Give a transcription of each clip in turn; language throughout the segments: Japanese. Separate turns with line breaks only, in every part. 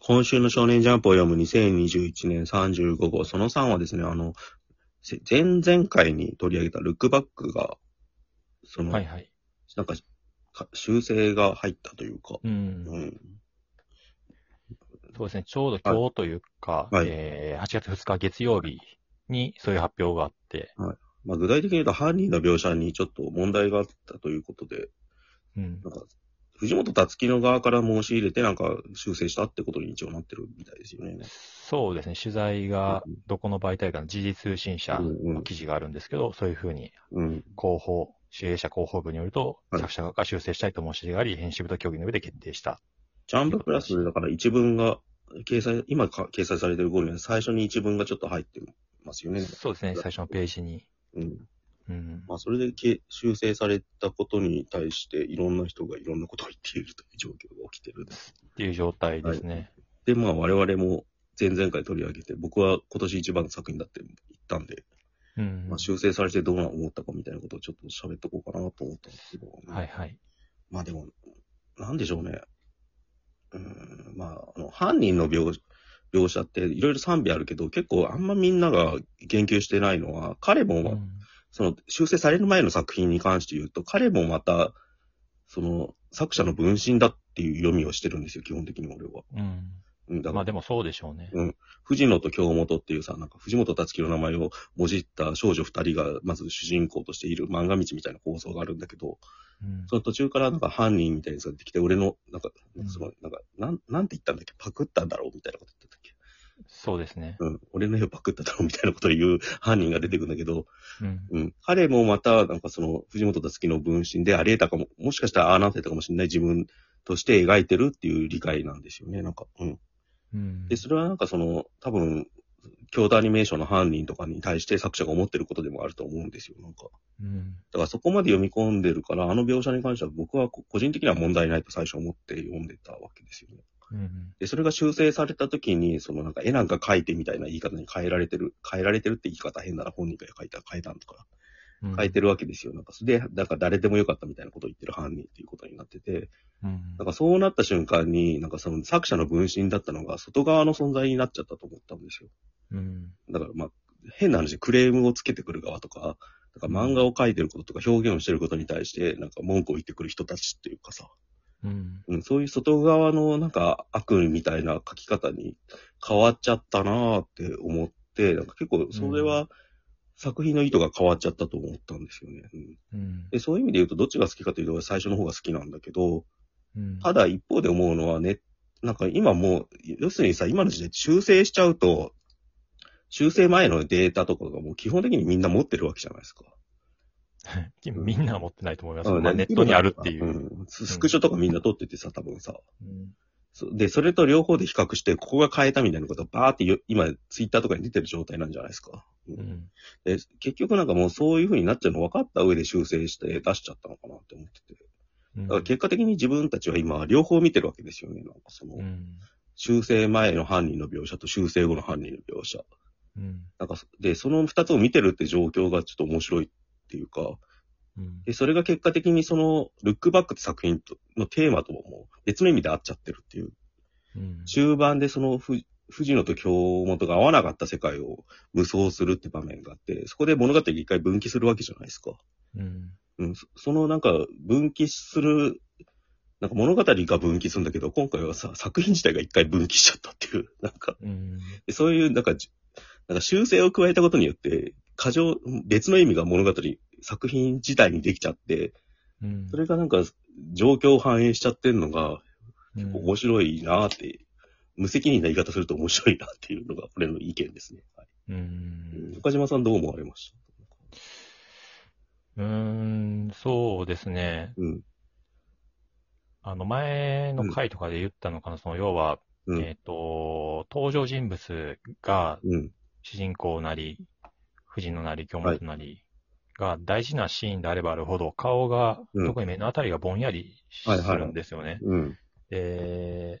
今週の少年ジャンプを読む2021年35号、その3はですね、あの、せ前々回に取り上げたルックバックが、その、
はいはい。
なんかか修正が入ったというか、
うん。
うん。
そうですね。ちょうど今日というか、
はい
えー8月2日月曜日にそういう発表があって、
まあ、具体的に言うと犯人の描写にちょっと問題があったということで、
うん
な。んか、藤本達樹の側から申し入れて、なんか修正したってことに一応なってるみたいですよね。
そうですね。取材がどこの媒体かの時事通信社
うんうん
の記事があるんですけど、そういうふうに
うん。
広報、主営者広報部によると、
はい
作者側が修正したいと申し出があり、編集部と協議の上で決定した。
ジャンププラスで、だから一文が、掲載、今か掲載されてるゴールデン、最初に一文がちょっと入ってますよね。
そうですね。最初のページに。
うん。
うん。
まあ、それでけ修正されたことに対して、いろんな人がいろんなことを言っているという状況が起きてるんです。
っていう状態ですね。
で、まあ、我々も前々回取り上げて、僕は今年一番の作品だって言ったんで、
うん
まあ、。修正されてどう思ったかみたいなことをちょっと喋っとこうかなと思ったんですけど、
はいはい。
まあでも、なんでしょうね。うーん、まあ、あの犯人の描描写っていろいろ賛否あるけど、結構あんまみんなが言及してないのは、彼も、
うん
その修正される前の作品に関して言うと、彼もまた、その作者の分身だっていう読みをしてるんですよ、基本的に俺は。
うん。
うん、だか
ま
ら
あでもそうでしょうね。
藤野と京本っていうさ、なんか藤本達樹の名前をもじった少女二人がまず主人公としている漫画道みたいな構想があるんだけど、
うん
その途中からなんか犯人みたいなやつが出てきて、俺の、なんか
う、ん
その、なんか、なん、なんて言ったんだっけパクったんだろうみたいなこと言ってたっけ
そうですね。
うん。俺の絵をパクっただろうみたいなことを言う犯人が出てくるんだけど、
うん。
うん。彼もまた、なんかその、藤本達樹の分身であり得たかも、もしかしたらああなってたかもしれない自分として描いてるっていう理解なんですよね、なんか。うん。
うん
で、それはなんかその、多分、京都アニメーションの犯人とかに対して作者が思ってることでもあると思うんですよ、なんか。
うん。
だからそこまで読み込んでるから、あの描写に関しては僕はこ個人的には問題ないと最初思って読んでたわけですよね。
うん。
で、それが修正された時に、そのなんか絵なんか描いてみたいな言い方に変えられてる、変えられてるって言い方変だな、本人が書いた、変えたんとか、
うん
変えてるわけですよ。なんか、それで、なんか誰でもよかったみたいなことを言ってる犯人っていうことになってて、
うん
なんかそうなった瞬間に、なんかその作者の分身だったのが外側の存在になっちゃったと思ったんですよ。
うん。
だからまあ、変な話、クレームをつけてくる側とか、なんか漫画を描いてることとか表現をしてることに対して、なんか文句を言ってくる人たちっていうかさ、
うん。
うん、そういう外側のなんか悪みたいな書き方に変わっちゃったなーって思って、なんか結構それは作品の意図が変わっちゃったと思ったんですよね。うん、
うん
でそういう意味で言うとどっちが好きかというと俺最初の方が好きなんだけど、
うん
ただ一方で思うのはね、なんか今もう、要するにさ、今の時代修正しちゃうと、修正前のデータとかがもう基本的にみんな持ってるわけじゃないですか。
みんなは持ってないと思います。
うん
まあネットにあるっていうう。
ん。ススクショとかみんな撮っててさ、多分さ。
うん
そで、それと両方で比較して、ここが変えたみたいなことをバーってよ今、ツイッターとかに出てる状態なんじゃないですか。う
うんん
で結局なんかもうそういう風になっちゃうの分かった上で修正して出しちゃったのかなって思ってて。
うん
だから結果的に自分たちは今、両方見てるわけですよね。なんかその、
うん
修正前の犯人の描写と修正後の犯人の描写。
うん
なんかそ、で、その二つを見てるって状況がちょっと面白いっていうか、
うん
で、それが結果的にその、ルックバックって作品とのテーマとももう別の意味で合っちゃってるっていう。
うん
中盤でそのふ、藤野と京本が合わなかった世界を無双するって場面があって、そこで物語が一回分岐するわけじゃないですか。
うん
うん、そそのなんか分岐する、なんか物語が分岐するんだけど、今回はさ、作品自体が一回分岐しちゃったっていう、 なんか、
うん
でそういう、なんかじ、なんか修正を加えたことによって、過剰、別の意味が物語、作品自体にできちゃって、
うん
それがなんか、状況を反映しちゃってるのが、
うん
面白いなって、無責任な言い方すると面白いなっていうのが、俺の意見ですね。はい
うん
岡島さんどう思われました
うーんそうですね。
うん。
あの、前の回とかで言ったのかな、その、要は、
うん
えっと、登場人物が
うん。
主人公なり、藤野なり、京本なりが大事なシーンであればあるほど、顔が、
うん
特に目のあたりがぼんやりす
はいはい
るんですよね。
うん。
で、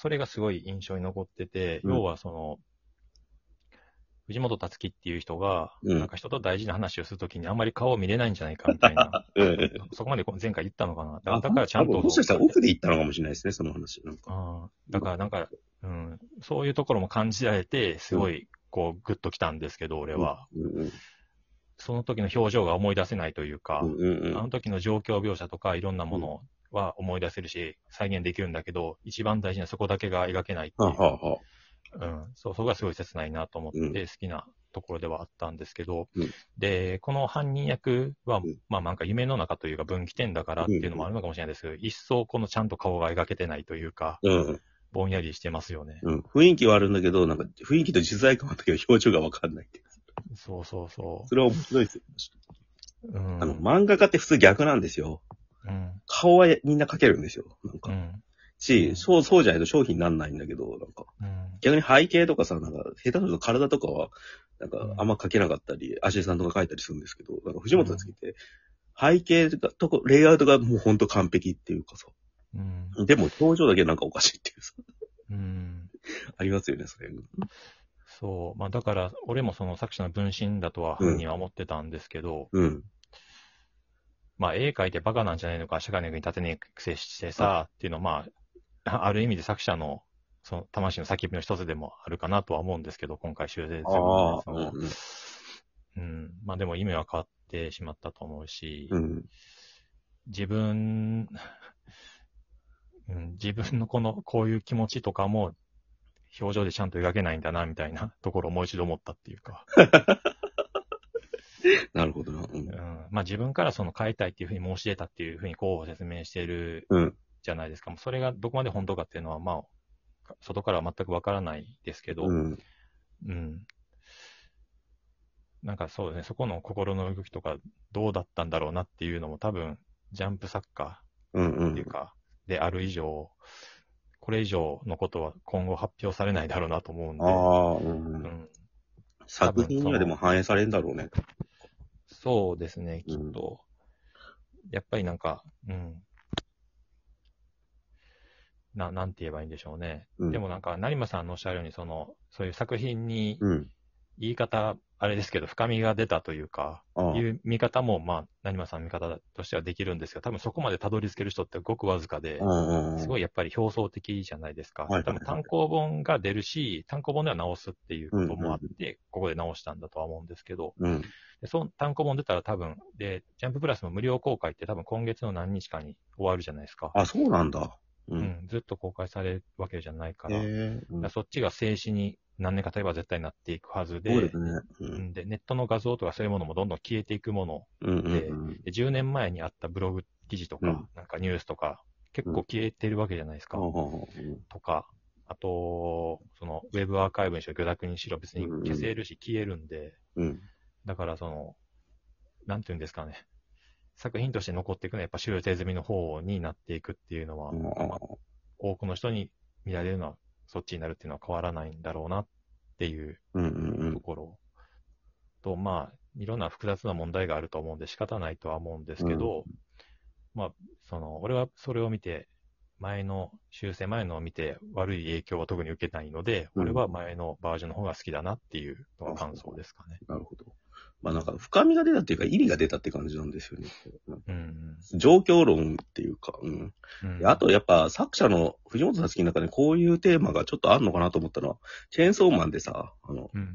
それがすごい印象に残ってて、
うん
要はその、藤本達樹っていう人が、
うん
なんか人と大事な話をするときにあんまり顔を見れないんじゃないかみた いな、
うん。
そこまでこう前回言ったのかな。だか
あ
らだからちゃん
多
と。
分もしかしたらオフで行ったのかもしれないですね、その話。なんか。
うんだからなんか、うん、そういうところも感じられて、すごい、こう、グッときたんですけど、俺は。
うんうん
その時の表情が思い出せないというか、
うんうんう
あ
ん
の時の状況描写とかいろんなものは思い出せるし、再現できるんだけど、一番大事なそこだけが描けないってい
はあ
う。
はあはあ
うん、そうそこがすごい切ないなと思って、
うん
好きなところではあったんですけど、
うん
で、この犯人役は、
うん
まあなんか夢の中というか分岐点だからっていうのもあるのかもしれないですけど、一層このちゃんと顔が描けてないというか、
うん
ぼんやりしてますよね。
うん。雰囲気はあるんだけど、なんか雰囲気と実在感はあったけど表情がわかんないっていう。
そうそうそ
それは面白いですよ。
う。うん。
あの、漫画家って普通逆なんですよ。
うん。
顔はみんな描けるんですよ。なん
う
か。
ん。
し、そう、そうじゃないと商品になんないんだけど、なんか。
うん。
逆に背景とかさ、なんか、下手すると体とかは、なん
う
か、
ん
あんま描けなかったり、アシスタントが描いたりするんですけど、なんか藤本つけて、背景が、とこ、レイアウトがもうほんと完璧っていうかさ。
うん。
でも表情だけなんかおかしいっていうさ。
うん
ありますよね、それ。
そう。まあだから、俺もその作者の分身だとは
うん
本人は思ってたんですけど、
うん。
まあ絵描いてバカなんじゃないのか、社会の役に立てねえくせしてさ、っていうのはまあ、あある意味で作者の、その魂の叫びの一つでもあるかなとは思うんですけど、今回修正する
ああ
のはねその
うんうん
うん。まあでも意味は変わってしまったと思うし、
うん。
自分、 うん、自分のこの、こういう気持ちとかも、表情でちゃんと描けないんだな、みたいなところをもう一度思ったっていうか。
なるほどな。うん
う。んまあ、自分からその変えたいっていうふうに申し出たっていうふうに候補を説明してる
うん
じゃないですか。もうそれがどこまで本当かっていうのは、まあ、外からは全くわからないですけど、う。
うんん。
なんかそうですね、そこの心の動きとかどうだったんだろうなっていうのも多分、ジャンプ作家
うんう
ってい
ん
う。か、である以上、これ以上のことは今後発表されないだろうなと思うんで、
ああ、うんう。
うんん、
作品にはでも反映されるんだろうね。
そうですね、き
う
っ
ん
と。やっぱりなんか、うん。な、なんて言えばいいんでしょうね。
うん
でもなんか、成馬さんのおっしゃるように、その、そういう作品に、
うん。
言い方、あれですけど、深みが出たというか、
ああ
い。う見方も、まあ、成馬さんの見方としてはできるんですが、多分そこまでたどり着ける人ってごくわずかで、
うんうん。
す
い。
ごいやっぱり表層的じゃないですか。
はいはい
多分単行本が出るし、単行本では直すっていうこともあって、ここで直したんだとは思うんですけど、
うん。
で、その単行本出たら多分、で、ジャンププラスの無料公開って多分今月の何日かに終わるじゃないですか。
あ、そうなんだ。う。
うんん、ずっと公開されるわけじゃないから、だか
ええ。うん
らそっちが静止に何年か経えば絶対なっていくはずで、
そうですね。う。
うんんで、ネットの画像とかそういうものもどんどん消えていくもの、
うんうん。
で10年前にあったブログ記事とか、
うん
なんかニュースとか、結構消えてるわけじゃないですか。
ああうん
とか、あと、その、ウェブアーカイブにしろ、許諾にしろ、別に消せるし、消えるんで、
うん。
だからその、なんていうんですかね。作品として残っていくのはやっぱ修正済みの方になっていくっていうのは、
ああ
多くの人に見られるのはそっちになるっていうのは変わらないんだろうなっていう
うんう
と
ん
ころと、まあ、いろんな複雑な問題があると思うんで仕方ないとは思うんですけど、まあ、その、俺はそれを見て、前の、修正前のを見て悪い影響は特に受けないので、
うん
俺は前のバージョンの方が好きだなっていうのが感想ですかね。
なるほど。まあなんか深みが出たっていうか、意味が出たって感じなんですよね。
うん
状況論っていうか、うん。
うん。
であとやっぱ作者の藤本さつきの中にこういうテーマがちょっとあんのかなと思ったのは、チェーンソーマンでさ、あの、
うん、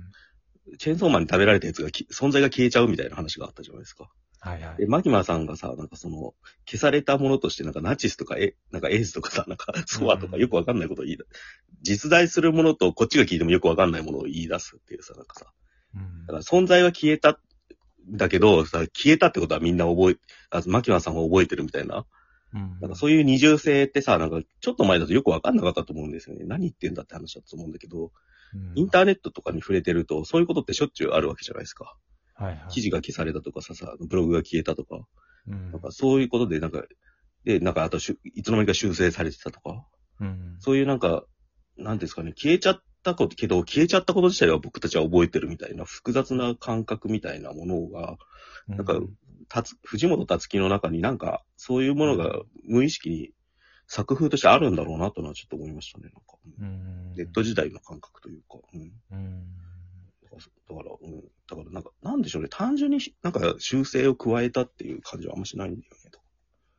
チェーンソーマンに食べられたやつがき存在が消えちゃうみたいな話があったじゃないですか。
はいはい。
で、マキマさんがさ、なんかその、消されたものとして、なんかナチスとか、え、なんかエースとかさ、なんかソアとかよくわかんないことを言い出、実在するものとこっちが聞いてもよくわかんないものを言い出すっていうさ、なんかさ、
うん
だから存在は消えたんだけど、さ、消えたってことはみんな覚え、あマキマさんは覚えてるみたいな。
うん
なんかそういう二重性ってさ、なんかちょっと前だとよくわかんなかったと思うんですよね。何言ってんだって話だと思うんだけど、
うん
インターネットとかに触れてると、そういうことってしょっちゅうあるわけじゃないですか。
はいはい
記事が消されたとかさ、さ、ブログが消えたとか。
うん
なんかそういうことで、なんか、で、なんかあとしゅ、いつの間にか修正されてたとか、
うん
そういうなんか、なんていうんですかね、消えちゃったこと、けど、消えちゃったこと自体は僕たちは覚えてるみたいな、複雑な感覚みたいなものが、なんか
う
たつ、藤本達樹の中になんか、そういうものが無意識に作風としてあるんだろうなとのはちょっと思いましたね、なんか。
うん
ネット時代の感覚というか、うん。
うん
か、だから、うん。だから、なんか、なんでしょうね。単純にし、なんか、修正を加えたっていう感じはあんましないんだよね。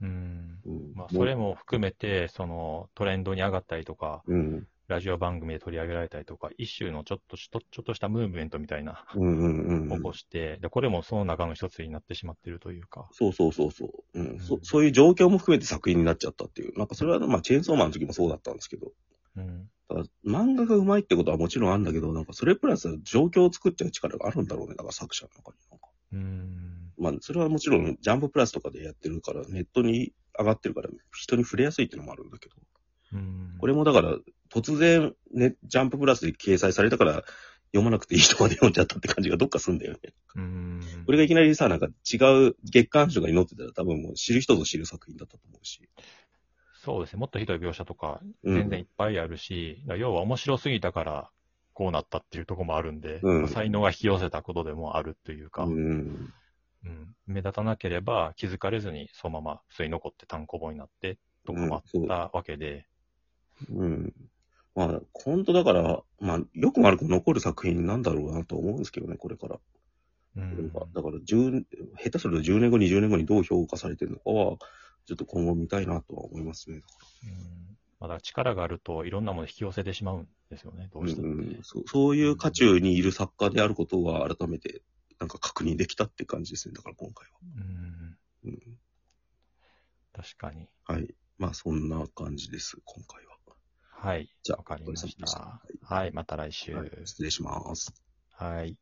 うん。
うん。
まあ、それも含めて、その、トレンドに上がったりとか、
うん。
ラジオ番組で取り上げられたりとか、一種のちょっとしと、ちょっとしたムーブメントみたいな、
うんうんう
起
ん。
こして、で、これもその中の一つになってしまってるというか。
そうそうそうそう、うん。
う
そ
ん。
そういう状況も含めて作品になっちゃったっていう。なんかそれは、まあ、チェーンソーマンの時もそうだったんですけど。
うん。
だから漫画が上手いってことはもちろんあるんだけど、なんかそれプラス状況を作っちゃう力があるんだろうね。だから作者の中に。なんか
うん。
まあ、それはもちろんジャンププラスとかでやってるから、ネットに上がってるから、人に触れやすいっていうのもあるんだけど。
うん
これもだから、突然、ね、ジャンププラスで掲載されたから、読まなくていい人まで読んじゃったって感じがどっかすんだよね。
うん。
これがいきなりさ、なんか違う月刊誌とかに載ってたら多分もう知る人ぞ知る作品だったと思うし。
そうですね。もっとひどい描写とか、
うん
全然いっぱいあるし、だから要は面白すぎたから、こうなったっていうところもあるんで、
うん
才能が引き寄せたことでもあるというか、
うん。
うん目立たなければ気づかれずに、そのまま普通に残って単行本になって、とかもあったわけで、
うん。まあ、本当だから、まあ、よくも悪くも残る作品なんだろうなと思うんですけどね、これから。
う
これ
ん
がだから、10下手すると10年後、20年後にどう評価されてるのかは、ちょっと今後見たいなとは思いますね。
うんまあだから力があるといろんなものを引き寄せてしまうんですよね、どうしても、
うんそうそういう渦中にいる作家であることは改めてなんか確認できたって感じですね。だから今回は。
うん
うん、
確かに。
はい。まあそんな感じです、今回は。
はい。
じゃあ
わかりまし
お疲れ様でした
た。はい、また来週。
はい、失礼します。
はい